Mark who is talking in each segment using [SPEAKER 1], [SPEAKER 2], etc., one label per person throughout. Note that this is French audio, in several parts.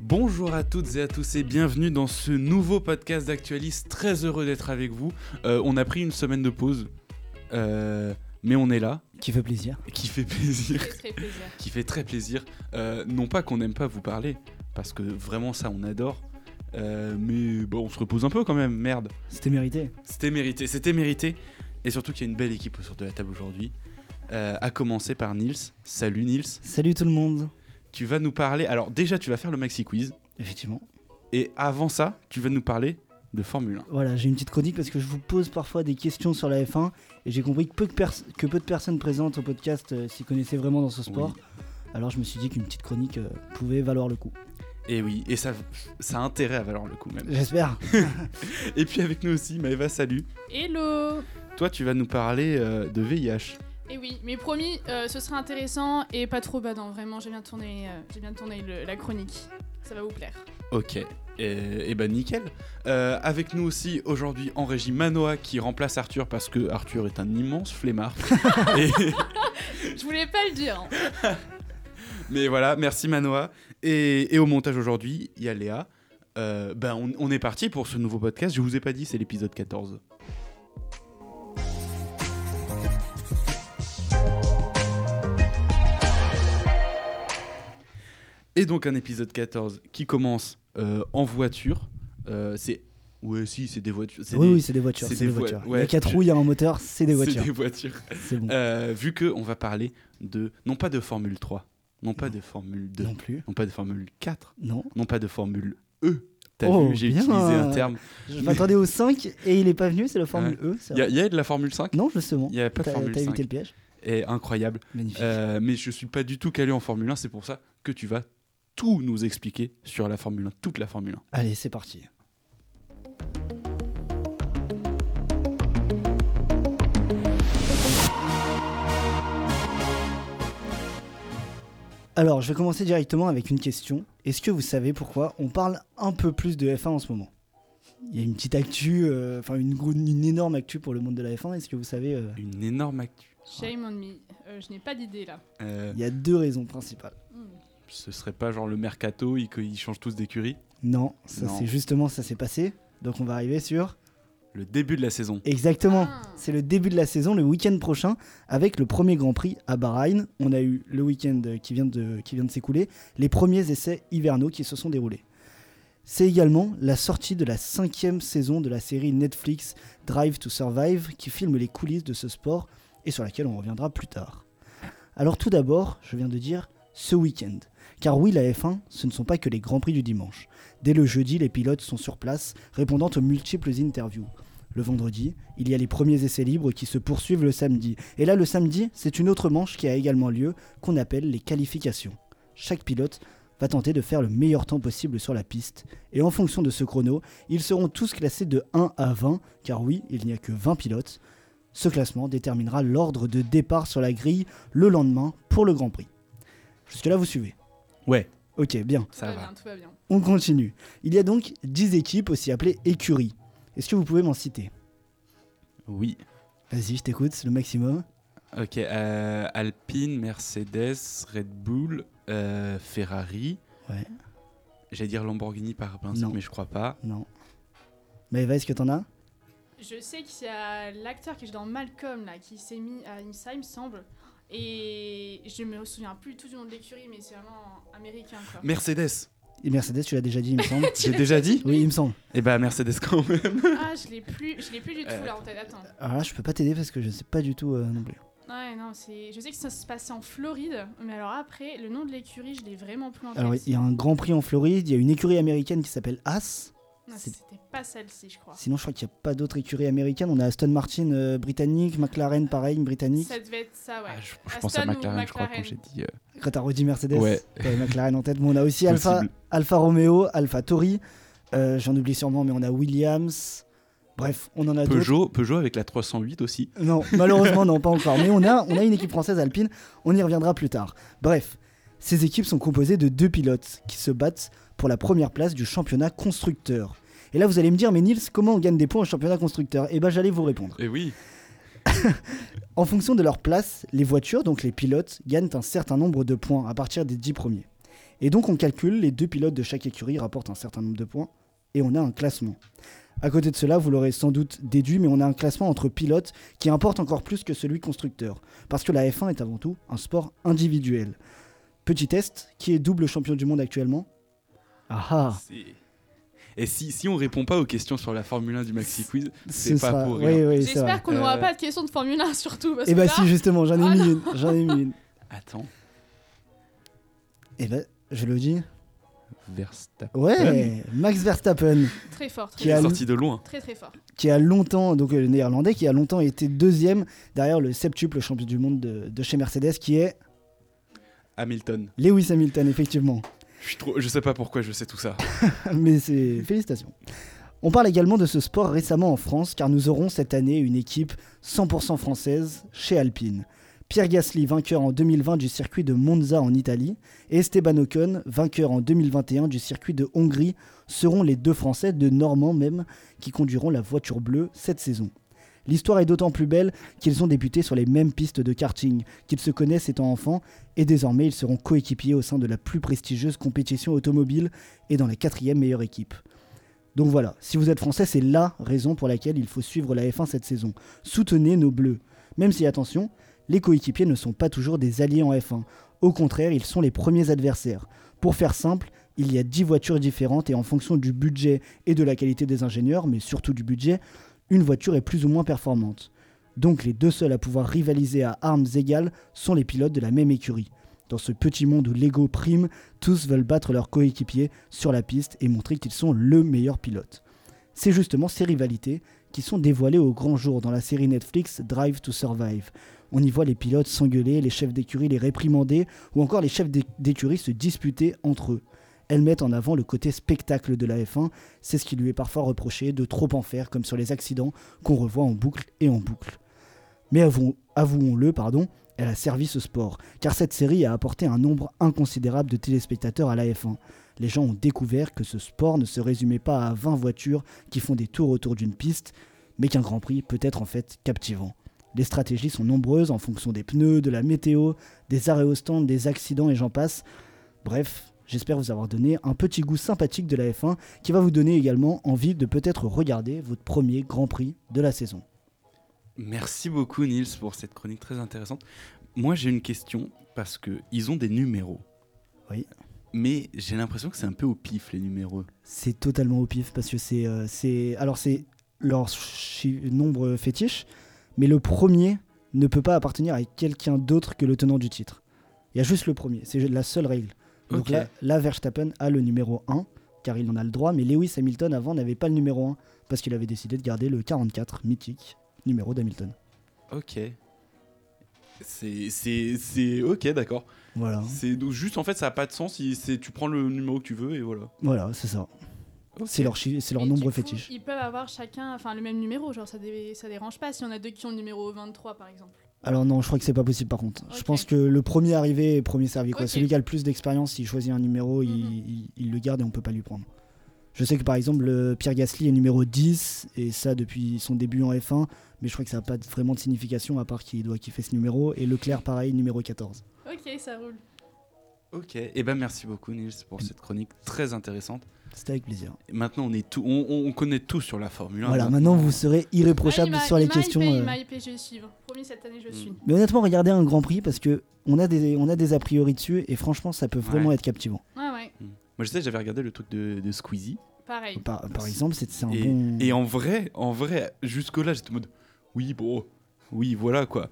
[SPEAKER 1] Bonjour à toutes et à tous et bienvenue dans ce nouveau podcast d'Actualis. Très heureux d'être avec vous. Euh, on a pris une semaine de pause, euh, mais on est là,
[SPEAKER 2] Qui fait plaisir.
[SPEAKER 1] qui fait plaisir,
[SPEAKER 3] Ça fait plaisir.
[SPEAKER 1] qui fait très plaisir. Euh, non pas qu'on n'aime pas vous parler, parce que vraiment ça on adore, Euh, mais bon, on se repose un peu quand même, merde.
[SPEAKER 2] C'était mérité.
[SPEAKER 1] C'était mérité, c'était mérité. Et surtout qu'il y a une belle équipe autour de la table aujourd'hui. Euh, à commencer par Nils. Salut Nils.
[SPEAKER 2] Salut tout le monde.
[SPEAKER 1] Tu vas nous parler. Alors, déjà, tu vas faire le maxi quiz.
[SPEAKER 2] Effectivement.
[SPEAKER 1] Et avant ça, tu vas nous parler de Formule 1.
[SPEAKER 2] Voilà, j'ai une petite chronique parce que je vous pose parfois des questions sur la F1 et j'ai compris que peu, de pers- que peu de personnes présentes au podcast euh, s'y connaissaient vraiment dans ce sport. Alors je me suis dit qu'une petite chronique euh, pouvait valoir le coup.
[SPEAKER 1] Et Eh oui, et ça, ça a intérêt à valoir le coup même.
[SPEAKER 2] J'espère.
[SPEAKER 1] Et puis avec nous aussi, Maëva, salut.
[SPEAKER 3] Hello
[SPEAKER 1] Toi, tu vas nous parler euh, de VIH.
[SPEAKER 3] Et oui, mais promis, euh, ce sera intéressant et pas trop badant. Vraiment, j'ai bien tourné, euh, j'ai bien tourné le- la chronique. Ça va vous plaire.
[SPEAKER 1] Ok. Et, et bah nickel. Euh, avec nous aussi aujourd'hui en régie Manoa qui remplace Arthur parce que Arthur est un immense flemmard. Et-
[SPEAKER 3] Je voulais pas le dire. hein.
[SPEAKER 1] Mais voilà, merci Manoa. Et, et au montage aujourd'hui, il y a Léa. Euh, ben on, on est parti pour ce nouveau podcast. Je vous ai pas dit, c'est l'épisode 14. Et donc un épisode 14 qui commence euh, en voiture. Euh, c'est ouais si c'est des voitures. c'est
[SPEAKER 2] Oui,
[SPEAKER 1] des-
[SPEAKER 2] oui, c'est des voitures.
[SPEAKER 1] c'est
[SPEAKER 2] C'est des
[SPEAKER 1] des vo-
[SPEAKER 2] voitures.
[SPEAKER 1] ouais,
[SPEAKER 2] il y a quatre
[SPEAKER 1] je-
[SPEAKER 2] roues, il y a un moteur, c'est des
[SPEAKER 1] c'est
[SPEAKER 2] voitures. Mm.
[SPEAKER 1] des voitures.
[SPEAKER 2] C'est bon.
[SPEAKER 1] Euh, vu que on va parler de non pas de Formule 3, non pas de Formule 2,
[SPEAKER 2] Non plus.
[SPEAKER 1] non pas de Formule 4,
[SPEAKER 2] Non.
[SPEAKER 1] non pas de Formule E. T'as
[SPEAKER 2] Oh,
[SPEAKER 1] vu, j'ai
[SPEAKER 2] bien.
[SPEAKER 1] utilisé un terme.
[SPEAKER 2] Je m'attendais au 5 et il est pas venu, c'est la Formule E. c'est
[SPEAKER 1] Il y,
[SPEAKER 2] vrai.
[SPEAKER 1] a- y a de la Formule 5
[SPEAKER 2] Non, justement.
[SPEAKER 1] Il n'y a pas de
[SPEAKER 2] T'as
[SPEAKER 1] Formule
[SPEAKER 2] t'as
[SPEAKER 1] 5.
[SPEAKER 2] évité le piège.
[SPEAKER 1] Et incroyable.
[SPEAKER 2] Magnifique.
[SPEAKER 1] Euh, mais je suis pas du tout calé en Formule 1, c'est pour ça que tu vas tout nous expliquer sur la Formule 1, toute la Formule
[SPEAKER 2] Allez, c'est parti. Alors, je vais commencer directement avec une question. Est-ce que vous savez pourquoi on parle un peu plus de F1 en ce moment Il y a une petite actu, euh, enfin une, gro- une énorme actu pour le monde de la F1. Est-ce que vous savez euh,
[SPEAKER 1] 1. Une énorme actu.
[SPEAKER 3] Shame on me. Euh, je n'ai pas d'idée là.
[SPEAKER 1] Euh,
[SPEAKER 2] Il y a deux raisons principales.
[SPEAKER 3] Hmm.
[SPEAKER 1] ce serait pas genre le mercato, ils, ils changent tous d'écurie
[SPEAKER 2] Non, ça
[SPEAKER 1] Non.
[SPEAKER 2] c'est justement ça s'est passé. Donc on va arriver sur
[SPEAKER 1] Le début de la saison.
[SPEAKER 2] exactement.
[SPEAKER 3] Ah.
[SPEAKER 2] C'est le début de la saison, le week-end prochain, avec le premier Grand Prix à Bahreïn. On a eu le week-end euh, qui vient de, qui vient de s'écouler, les premiers essais hivernaux qui se sont déroulés. C'est également la sortie de la cinquième saison de la série Netflix Drive to Survive, qui filme les coulisses de ce sport et sur laquelle on reviendra plus tard. Alors tout d'abord, je viens de dire ce week-end. Car oui, la F1, ce ne sont pas que les Grands Prix du dimanche. Dès le jeudi, les pilotes sont sur place, répondant aux multiples interviews. Le vendredi, il y a les premiers essais libres qui se poursuivent le samedi. Et là, le samedi, c'est une autre manche qui a également lieu, qu'on appelle les qualifications. Chaque pilote va tenter de faire le meilleur temps possible sur la piste. Et en fonction de ce chrono, ils seront tous classés de 1 à 20, car oui, il n'y a que 20 pilotes. Ce classement déterminera l'ordre de départ sur la grille le lendemain pour le Grand Prix. Jusque-là, vous suivez
[SPEAKER 1] Ouais.
[SPEAKER 2] Ok, bien.
[SPEAKER 3] Tout
[SPEAKER 1] Ça
[SPEAKER 3] va
[SPEAKER 1] va.
[SPEAKER 3] bien, tout va bien.
[SPEAKER 2] On continue. Il y a donc 10 équipes, aussi appelées écuries. Est-ce que vous pouvez m'en citer
[SPEAKER 1] Oui.
[SPEAKER 2] Vas-y, je t'écoute, c'est le maximum.
[SPEAKER 1] Ok. euh, Alpine, Mercedes, Red Bull, euh, Ferrari.
[SPEAKER 2] Ouais.
[SPEAKER 1] J'allais dire Lamborghini par principe,
[SPEAKER 2] Non.
[SPEAKER 1] mais je crois pas.
[SPEAKER 2] Non. Maëva, est-ce que t'en as
[SPEAKER 3] Je sais qu'il y a l'acteur qui est dans Malcolm là, qui s'est mis à ça, il me semble. Et je me souviens plus tout du nom de l'écurie, mais c'est vraiment américain quoi.
[SPEAKER 1] Mercedes.
[SPEAKER 2] Et Mercedes, tu l'as déjà dit, il me semble.
[SPEAKER 1] J'ai déjà dit
[SPEAKER 2] oui, il me semble.
[SPEAKER 1] Et bah Mercedes quand même.
[SPEAKER 3] Ah, je l'ai plus, je l'ai plus du tout
[SPEAKER 1] Euh,
[SPEAKER 3] là en tête. Attends.
[SPEAKER 2] Alors là, je peux pas t'aider parce que je sais pas du tout euh, non plus.
[SPEAKER 3] Ouais, non, c'est. Je sais que ça se passait en Floride, mais alors après, le nom de l'écurie, je l'ai vraiment plus en tête.
[SPEAKER 2] Alors, il y a un Grand Prix en Floride, il y a une écurie américaine qui s'appelle As.
[SPEAKER 3] Non,
[SPEAKER 2] c'est-
[SPEAKER 3] C'était pas celle-ci, je crois.
[SPEAKER 2] Sinon, je crois qu'il n'y a pas d'autres écuries américaines. On a Aston Martin euh, britannique, McLaren pareil, britannique.
[SPEAKER 3] Ça devait être ça, ouais.
[SPEAKER 1] Ah, je, je
[SPEAKER 3] Aston
[SPEAKER 1] pense à
[SPEAKER 3] ou
[SPEAKER 1] McLaren, je crois, quand
[SPEAKER 3] McLaren.
[SPEAKER 1] j'ai dit. euh,
[SPEAKER 2] Quand t'as redit Mercedes,
[SPEAKER 1] Ouais.
[SPEAKER 2] t'avais McLaren en tête. Bon, on a aussi Alpha,
[SPEAKER 1] possible.
[SPEAKER 2] Alfa Romeo, Alfa Tauri. Euh, J'en oublie sûrement, mais on a Williams. Bref, on en a d'autres.
[SPEAKER 1] Peugeot, Peugeot avec la 308 aussi.
[SPEAKER 2] Non, malheureusement, non, pas encore. Mais on a, on a une équipe française alpine, on y reviendra plus tard. Bref, ces équipes sont composées de deux pilotes qui se battent pour la première place du championnat constructeur. Et là, vous allez me dire, mais Nils, comment on gagne des points au championnat constructeur Eh ben, j'allais vous répondre.
[SPEAKER 1] Et oui.
[SPEAKER 2] En fonction de leur place, les voitures, donc les pilotes, gagnent un certain nombre de points à partir des 10 premiers. Et donc on calcule, les deux pilotes de chaque écurie rapportent un certain nombre de points, et on a un classement. À côté de cela, vous l'aurez sans doute déduit, mais on a un classement entre pilotes qui importe encore plus que celui constructeur, parce que la F1 est avant tout un sport individuel. Petit test, qui est double champion du monde actuellement Ah ah
[SPEAKER 1] C'est- Et si, si on répond pas aux questions sur la Formule 1 du Maxi Quiz,
[SPEAKER 2] ce
[SPEAKER 1] c'est pas
[SPEAKER 2] sera-
[SPEAKER 1] pour
[SPEAKER 2] oui,
[SPEAKER 1] rien.
[SPEAKER 2] oui, c'est vrai.
[SPEAKER 3] J'espère qu'on n'aura
[SPEAKER 1] Euh,
[SPEAKER 3] pas de questions de Formule 1 surtout. Parce
[SPEAKER 2] Et
[SPEAKER 3] que
[SPEAKER 2] bah
[SPEAKER 3] là,
[SPEAKER 2] si, justement, j'en ai
[SPEAKER 3] Ah
[SPEAKER 2] mis
[SPEAKER 3] non.
[SPEAKER 2] une. J'en ai mis une.
[SPEAKER 1] Attends,
[SPEAKER 2] Et bah, je le dis.
[SPEAKER 1] Verstappen.
[SPEAKER 2] Ouais, Max Verstappen,
[SPEAKER 3] très fort, très,
[SPEAKER 2] Qui
[SPEAKER 1] Il
[SPEAKER 2] a-
[SPEAKER 1] est
[SPEAKER 3] fort.
[SPEAKER 1] sorti de loin.
[SPEAKER 3] très très fort.
[SPEAKER 2] qui a longtemps, donc euh, le néerlandais, qui a longtemps été deuxième derrière le septuple champion du monde de, de chez Mercedes, qui est
[SPEAKER 1] Hamilton.
[SPEAKER 2] Lewis Hamilton, effectivement.
[SPEAKER 1] Je, suis trop... je sais pas pourquoi je sais tout ça.
[SPEAKER 2] Mais c'est félicitations. On parle également de ce sport récemment en France, car nous aurons cette année une équipe 100% française chez Alpine. Pierre Gasly, vainqueur en 2020 du circuit de Monza en Italie, et Esteban Ocon, vainqueur en 2021 du circuit de Hongrie, seront les deux Français, de Normands même, qui conduiront la voiture bleue cette saison. L'histoire est d'autant plus belle qu'ils ont débuté sur les mêmes pistes de karting, qu'ils se connaissent étant enfants, et désormais ils seront coéquipiers au sein de la plus prestigieuse compétition automobile et dans la quatrième meilleure équipe. Donc voilà, si vous êtes français, c'est la raison pour laquelle il faut suivre la F1 cette saison. Soutenez nos bleus. Même si, attention, les coéquipiers ne sont pas toujours des alliés en F1. Au contraire, ils sont les premiers adversaires. Pour faire simple, il y a 10 voitures différentes et en fonction du budget et de la qualité des ingénieurs, mais surtout du budget, une voiture est plus ou moins performante. Donc les deux seuls à pouvoir rivaliser à armes égales sont les pilotes de la même écurie. Dans ce petit monde où l'ego prime, tous veulent battre leurs coéquipiers sur la piste et montrer qu'ils sont le meilleur pilote. C'est justement ces rivalités qui sont dévoilées au grand jour dans la série Netflix Drive to Survive. On y voit les pilotes s'engueuler, les chefs d'écurie les réprimander ou encore les chefs d'é- d'écurie se disputer entre eux. Elles mettent en avant le côté spectacle de la F1, c'est ce qui lui est parfois reproché de trop en faire comme sur les accidents qu'on revoit en boucle et en boucle. Mais avouons- avouons-le, pardon, elle a servi ce sport, car cette série a apporté un nombre inconsidérable de téléspectateurs à la F1. Les gens ont découvert que ce sport ne se résumait pas à 20 voitures qui font des tours autour d'une piste, mais qu'un Grand Prix peut être en fait captivant. Les stratégies sont nombreuses en fonction des pneus, de la météo, des arrêts au stand, des accidents et j'en passe. Bref, j'espère vous avoir donné un petit goût sympathique de la F1 qui va vous donner également envie de peut-être regarder votre premier Grand Prix de la saison.
[SPEAKER 1] Merci beaucoup, Nils, pour cette chronique très intéressante. Moi, j'ai une question parce que ils ont des numéros.
[SPEAKER 2] Oui.
[SPEAKER 1] Mais j'ai l'impression que c'est un peu au pif les numéros.
[SPEAKER 2] C'est totalement au pif parce que c'est euh, c'est alors c'est leur chi- nombre fétiche, mais le premier ne peut pas appartenir à quelqu'un d'autre que le tenant du titre. Il y a juste le premier, c'est la seule règle. Donc
[SPEAKER 1] Ok.
[SPEAKER 2] là, là, Verstappen a le numéro 1 car il en a le droit, mais Lewis Hamilton avant n'avait pas le numéro 1 parce qu'il avait décidé de garder le 44 mythique numéro d'Hamilton.
[SPEAKER 1] Ok. C'est c'est c'est ok, d'accord.
[SPEAKER 2] Voilà,
[SPEAKER 1] C'est donc juste en fait, ça a pas de sens. si c'est- tu prends le numéro que tu veux et voilà.
[SPEAKER 2] voilà, c'est ça.
[SPEAKER 1] Ok.
[SPEAKER 2] C'est leur chi- c'est leur
[SPEAKER 3] Et du
[SPEAKER 2] nombre
[SPEAKER 3] coup,
[SPEAKER 2] fétiche.
[SPEAKER 3] Ils peuvent avoir chacun enfin, le même numéro, genre ça, dé- ça dérange pas. S'il y en a deux qui ont le numéro 23 par exemple.
[SPEAKER 2] Alors non, je crois que c'est pas possible par contre. Je
[SPEAKER 3] Ok.
[SPEAKER 2] pense que le premier arrivé est premier servi. Quoi.
[SPEAKER 3] Ok.
[SPEAKER 2] Celui qui a le plus d'expérience, il choisit un numéro, il-
[SPEAKER 3] Mhm.
[SPEAKER 2] il, il le garde et on peut pas lui prendre. Je sais que par exemple, le Pierre Gasly est numéro 10 et ça depuis son début en F1, mais je crois que ça n'a pas de- vraiment de signification à part qu'il doit kiffer ce numéro. Et Leclerc, pareil, numéro 14.
[SPEAKER 3] Ok, ça roule.
[SPEAKER 1] Ok. Et ben merci beaucoup, Nils, pour cette chronique très intéressante.
[SPEAKER 2] C'était avec plaisir.
[SPEAKER 1] Et maintenant, on est tout, on, on- on connaît tout sur la Formule hein. 1.
[SPEAKER 2] voilà, maintenant vous serez irréprochable
[SPEAKER 3] Ah, il m'a-
[SPEAKER 2] sur les
[SPEAKER 3] il m'a
[SPEAKER 2] questions.
[SPEAKER 3] hypé,
[SPEAKER 2] euh,
[SPEAKER 3] Il m'a hypé, je vais suivre. Promis, cette année, je
[SPEAKER 1] Mm.
[SPEAKER 3] suis.
[SPEAKER 2] Mais honnêtement, regardez un Grand Prix parce que on a des, on a des a priori dessus et franchement, ça peut vraiment
[SPEAKER 1] Ouais.
[SPEAKER 2] être captivant.
[SPEAKER 3] Ouais, ouais,
[SPEAKER 1] Moi, je sais, j'avais regardé le truc de, de Squeezie.
[SPEAKER 3] pareil.
[SPEAKER 2] Par, par exemple, c'est c'est un
[SPEAKER 1] Et,
[SPEAKER 2] bon.
[SPEAKER 1] et en vrai, en vrai, jusque-là, j'étais en mode, oui, bon, oui, voilà quoi.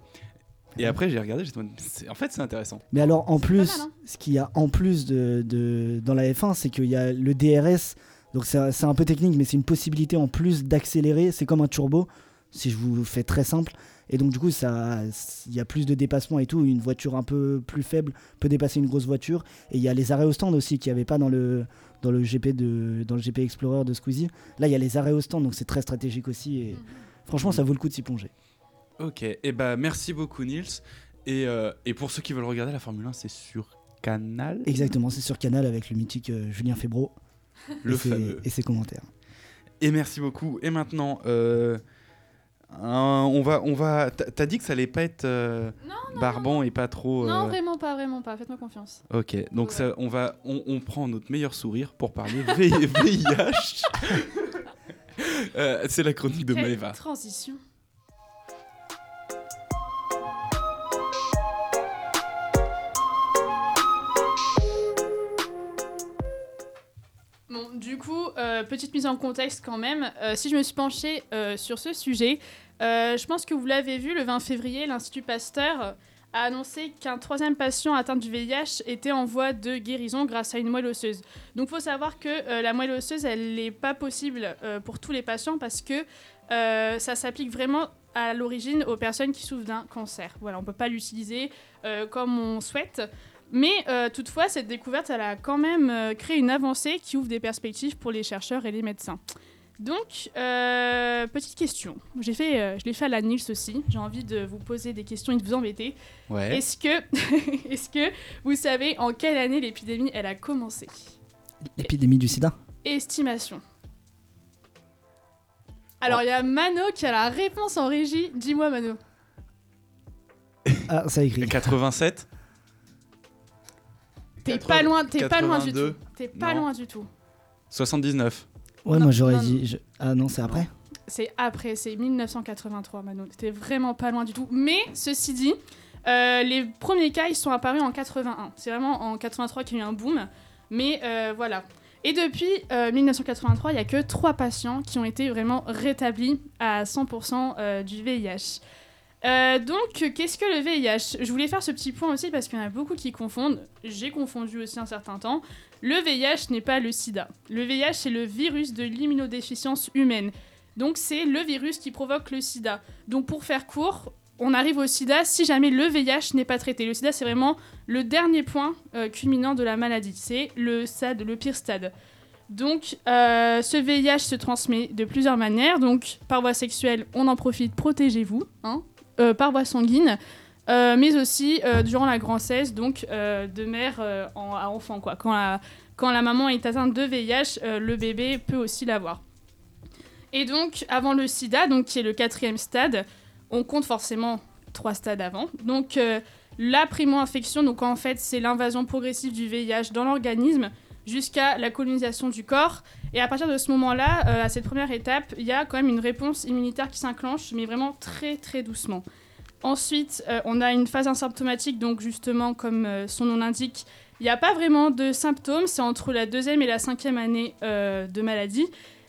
[SPEAKER 1] Et après, j'ai regardé, j'étais en mode, c'est- en fait, c'est intéressant.
[SPEAKER 2] Mais alors en plus,
[SPEAKER 3] mal, hein.
[SPEAKER 2] ce qu'il y a en plus de, de- dans la F1, c'est qu'il y a le DRS. Donc c'est un- c'est un peu technique, mais c'est une possibilité en plus d'accélérer. C'est comme un turbo, si je vous fais très simple. Et donc du coup, ça, il y a plus de dépassement et tout. Une voiture un peu plus faible peut dépasser une grosse voiture. Et il y a les arrêts au stand aussi qu'il n'y avait pas dans le dans le GP de dans le GP Explorer de Squeezie. Là, il y a les arrêts au stand, donc c'est très stratégique aussi. Et
[SPEAKER 3] Mhm.
[SPEAKER 2] franchement, ça vaut le coup de s'y plonger.
[SPEAKER 1] Ok, et bah, merci beaucoup, Nils. Et, euh, et pour ceux qui veulent regarder la Formule 1, c'est sur Canal.
[SPEAKER 2] Exactement, c'est sur Canal avec le mythique euh, Julien Febro
[SPEAKER 1] Le
[SPEAKER 2] et ses-
[SPEAKER 1] fameux.
[SPEAKER 2] et ses commentaires.
[SPEAKER 1] Et merci beaucoup. Et maintenant, euh, Hein, on va, on va. t'as- T'as dit que ça allait pas être euh,
[SPEAKER 3] Non,
[SPEAKER 1] barbant et pas trop.
[SPEAKER 3] Non,
[SPEAKER 1] euh,
[SPEAKER 3] vraiment pas, vraiment pas. Faites-moi confiance.
[SPEAKER 1] Ok, donc
[SPEAKER 3] Ouais.
[SPEAKER 1] ça, on va, on, on prend notre meilleur sourire pour parler V- VIH. Euh, c'est la chronique de
[SPEAKER 3] Quelle
[SPEAKER 1] Maeva.
[SPEAKER 3] Transition. Bon, du coup, euh, petite mise en contexte quand même. Euh, si je me suis penchée euh, sur ce sujet, euh, je pense que vous l'avez vu, le 20 février, l'Institut Pasteur a annoncé qu'un troisième patient atteint du VIH était en voie de guérison grâce à une moelle osseuse. Donc il faut savoir que euh, la moelle osseuse, elle n'est pas possible euh, pour tous les patients parce que euh, ça s'applique vraiment à l'origine aux personnes qui souffrent d'un cancer. Voilà, on ne peut pas l'utiliser euh, comme on souhaite. Mais euh, toutefois, cette découverte, elle a quand même euh, créé une avancée qui ouvre des perspectives pour les chercheurs et les médecins. Donc, euh, petite question. J'ai fait, euh, je l'ai fait à la NILS aussi. J'ai envie de vous poser des questions et de vous embêter.
[SPEAKER 1] Ouais.
[SPEAKER 3] Est-ce que, est-ce que vous savez en quelle année l'épidémie elle a commencé
[SPEAKER 2] L'épidémie du sida
[SPEAKER 3] Estimation. Alors, il y a Mano qui a la réponse en régie. Dis-moi, Mano.
[SPEAKER 2] Ah, ça écrit.
[SPEAKER 1] 87.
[SPEAKER 3] T'es
[SPEAKER 1] 80
[SPEAKER 3] pas loin, t'es pas loin du
[SPEAKER 1] 82.
[SPEAKER 3] tout. T'es pas
[SPEAKER 1] Non.
[SPEAKER 3] loin du tout.
[SPEAKER 1] 79.
[SPEAKER 2] Ouais,
[SPEAKER 3] Non,
[SPEAKER 2] moi j'aurais
[SPEAKER 3] non,
[SPEAKER 2] dit. je- Ah non, c'est après
[SPEAKER 3] C'est après, c'est 1983, Manon. T'étais vraiment pas loin du tout. Mais ceci dit, euh, les premiers cas, ils sont apparus en 81. C'est vraiment en 83 qu'il y a eu un boom. Mais euh, voilà. Et depuis euh, 1983, il n'y a que trois patients qui ont été vraiment rétablis à 100% euh, du VIH. Euh, donc, euh, qu'est-ce que le VIH Je voulais faire ce petit point aussi parce qu'il y en a beaucoup qui confondent. J'ai confondu aussi un certain temps. Le VIH n'est pas le sida. Le VIH, c'est le virus de l'immunodéficience humaine. Donc c'est le virus qui provoque le sida. Donc pour faire court, on arrive au sida si jamais le VIH n'est pas traité. Le sida, c'est vraiment le dernier point euh, culminant de la maladie. C'est le stade, le pire stade. Donc euh, ce VIH se transmet de plusieurs manières. Donc par voie sexuelle, on en profite, protégez-vous. hein. Euh, par voie sanguine. euh, mais aussi euh, durant la grossesse, donc euh, de mère euh, en- à enfant. Quoi. Quand, la, quand la maman est atteinte de VIH, euh, le bébé peut aussi l'avoir. Et donc, avant le sida, donc, qui est le quatrième stade, on compte forcément trois stades avant. Donc, euh, la primo-infection, donc en fait, c'est l'invasion progressive du VIH dans l'organisme jusqu'à la colonisation du corps. Et à partir de ce moment-là, euh, à cette première étape, il y a quand même une réponse immunitaire qui s'enclenche, mais vraiment très très doucement. Ensuite, euh, on a une phase asymptomatique, donc justement, comme euh, son nom l'indique, il n'y a pas vraiment de symptômes, c'est entre la deuxième et la cinquième année euh, de maladie.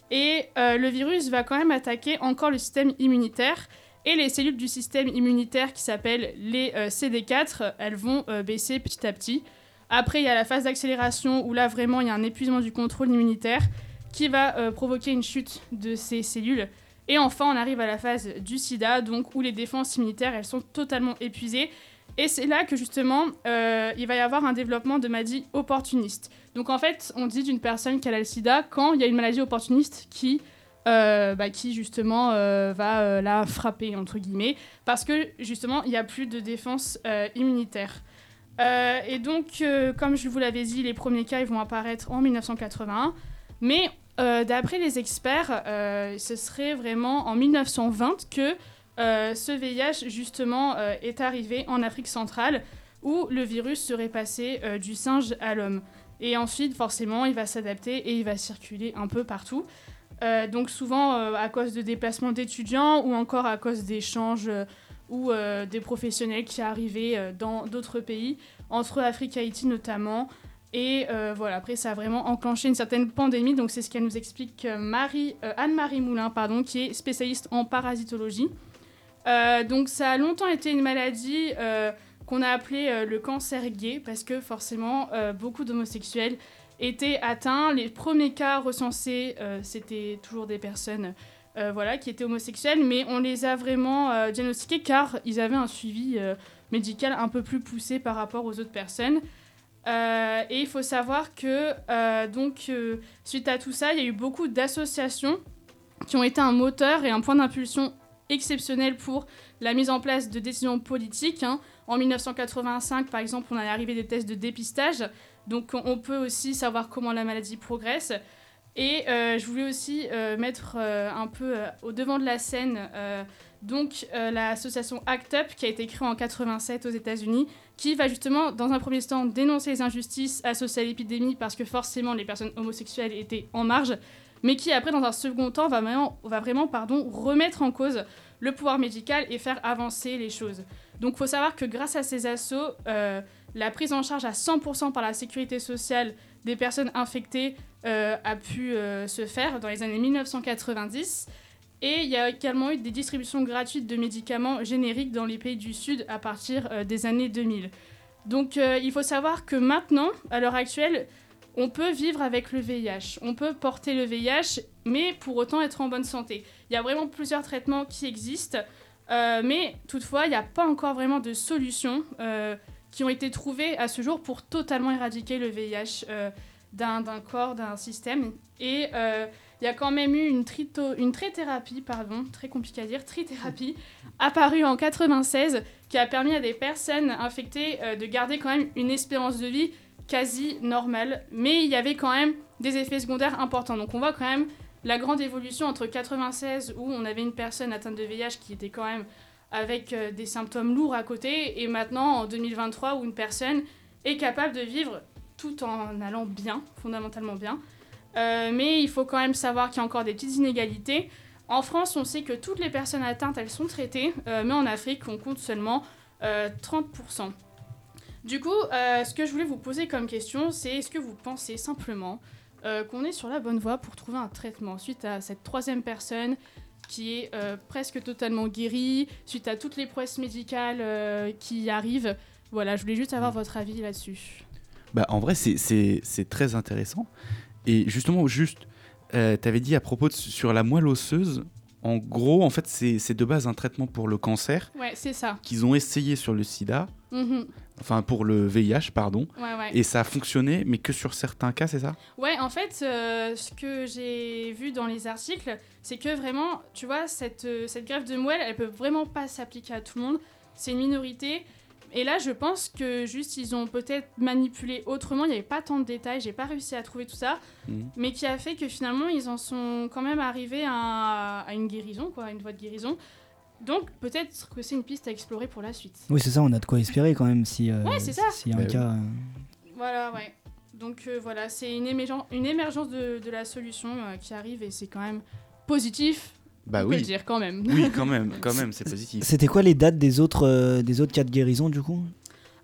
[SPEAKER 3] Et euh, le virus va quand même attaquer encore le système immunitaire. Et les cellules du système immunitaire qui s'appellent les euh, CD4, euh, elles vont euh, baisser petit à petit. Après, il y a la phase d'accélération où là, vraiment, il y a un épuisement du contrôle immunitaire qui va euh, provoquer une chute de ces cellules. Et enfin, on arrive à la phase du sida, donc où les défenses immunitaires, elles sont totalement épuisées. Et c'est là que justement, euh, il va y avoir un développement de maladies opportunistes. Donc en fait, on dit d'une personne qu'elle a le sida quand il y a une maladie opportuniste qui, euh, bah, qui justement euh, va euh, la frapper, entre guillemets, parce que justement, il n'y a plus de défense euh, immunitaire. Euh, et donc, euh, comme je vous l'avais dit, les premiers cas ils vont apparaître en 1981, mais euh, d'après les experts, euh, ce serait vraiment en 1920 que euh, ce VIH justement euh, est arrivé en Afrique centrale, où le virus serait passé euh, du singe à l'homme. Et ensuite, forcément, il va s'adapter et il va circuler un peu partout. Euh, donc souvent euh, à cause de déplacements d'étudiants ou encore à cause d'échanges euh, ou euh, des professionnels qui arrivaient euh, dans d'autres pays, entre Afrique et Haïti notamment. Et euh, voilà, après ça a vraiment enclenché une certaine pandémie, donc c'est ce qu'elle nous explique euh, Marie, euh, Anne-Marie Moulin, pardon, qui est spécialiste en parasitologie. Euh, donc ça a longtemps été une maladie euh, qu'on a appelée euh, le cancer gay, parce que forcément euh, beaucoup d'homosexuels étaient atteints. Les premiers cas recensés, euh, c'était toujours des personnes euh, voilà, qui étaient homosexuelles, mais on les a vraiment euh, diagnostiqués car ils avaient un suivi euh, médical un peu plus poussé par rapport aux autres personnes. Euh, et il faut savoir que, euh, donc, euh, suite à tout ça, il y a eu beaucoup d'associations qui ont été un moteur et un point d'impulsion exceptionnel pour la mise en place de décisions politiques. hein. En 1985, par exemple, on a l'arrivée des tests de dépistage donc on- on peut aussi savoir comment la maladie progresse. Et euh, je voulais aussi euh, mettre euh, un peu euh, au devant de la scène euh, donc euh, l'association ACT UP qui a été créée en 87 aux États-Unis, qui va justement dans un premier temps dénoncer les injustices associées à l'épidémie parce que forcément les personnes homosexuelles étaient en marge, mais qui après dans un second temps va vraiment, va vraiment pardon, remettre en cause le pouvoir médical et faire avancer les choses. Donc il faut savoir que grâce à ces assauts, euh, la prise en charge à 100% par la sécurité sociale des personnes infectées euh, a pu euh, se faire dans les années 1990. Et il y a également eu des distributions gratuites de médicaments génériques dans les pays du Sud à partir euh, des années 2000. Donc euh, il faut savoir que maintenant, à l'heure actuelle, on peut vivre avec le VIH, on peut porter le VIH, mais pour autant être en bonne santé. Il y a vraiment plusieurs traitements qui existent, Euh, mais toutefois, il n'y a pas encore vraiment de solution euh, qui ont été trouvées à ce jour pour totalement éradiquer le VIH euh, d'un corps, d'un système. Et il euh, y a quand même eu une, trito, une trithérapie, pardon, très compliqué à dire, trithérapie, apparue en 96, qui a permis à des personnes infectées euh, de garder quand même une espérance de vie quasi normale. Mais il y avait quand même des effets secondaires importants. Donc on voit quand même la grande évolution entre 96, où on avait une personne atteinte de VIH qui était quand même avec euh, des symptômes lourds à côté, et maintenant en 2023 où une personne est capable de vivre tout en allant bien, fondamentalement bien. Euh, mais il faut quand même savoir qu'il y a encore des petites inégalités. En France, on sait que toutes les personnes atteintes, elles sont traitées, euh, mais en Afrique, on compte seulement euh, 30%. Du coup, euh, ce que je voulais vous poser comme question, c'est est-ce que vous pensez simplement euh, qu'on est sur la bonne voie pour trouver un traitement suite à cette troisième personne qui est euh, presque totalement guéri suite à toutes les prouesses médicales euh, qui arrivent. Voilà, je voulais juste avoir votre avis là-dessus.
[SPEAKER 1] Bah, en vrai, c'est très intéressant. Et justement, juste, euh, tu avais dit à propos de, sur la moelle osseuse, en gros, en fait, c'est de base un traitement pour le cancer.
[SPEAKER 3] Ouais, c'est ça.
[SPEAKER 1] Qu'ils ont essayé sur le sida,
[SPEAKER 3] Mhm.
[SPEAKER 1] enfin pour le VIH, pardon.
[SPEAKER 3] Ouais, ouais.
[SPEAKER 1] Et ça a fonctionné, mais que sur certains cas, c'est ça
[SPEAKER 3] Ouais, en fait, euh, ce que j'ai vu dans les articles, c'est que vraiment, tu vois, cette, euh, cette greffe de moelle, elle peut vraiment pas s'appliquer à tout le monde. C'est une minorité. Et là, je pense que juste, ils ont peut-être manipulé autrement. Il n'y avait pas tant de détails, j'ai pas réussi à trouver tout ça.
[SPEAKER 1] Mhm.
[SPEAKER 3] Mais qui a fait que finalement, ils en sont quand même arrivés à, à une guérison, quoi, à une voie de guérison. Donc, peut-être que c'est une piste à explorer pour la suite.
[SPEAKER 2] Oui, c'est ça, on a de quoi espérer quand même si euh,
[SPEAKER 3] Ouais, c'est ça.
[SPEAKER 2] s'il y a
[SPEAKER 1] Bah
[SPEAKER 2] un
[SPEAKER 1] oui.
[SPEAKER 2] cas. euh,
[SPEAKER 3] Voilà, ouais. Donc euh, voilà, c'est une, émergen- une émergence de, de la solution euh, qui arrive et c'est quand même positif,
[SPEAKER 1] Bah
[SPEAKER 3] on peut le
[SPEAKER 1] oui.
[SPEAKER 3] dire quand même.
[SPEAKER 1] Oui, quand même, quand même, c'est positif.
[SPEAKER 2] C'était quoi les dates des autres, euh, des autres cas de guérison du coup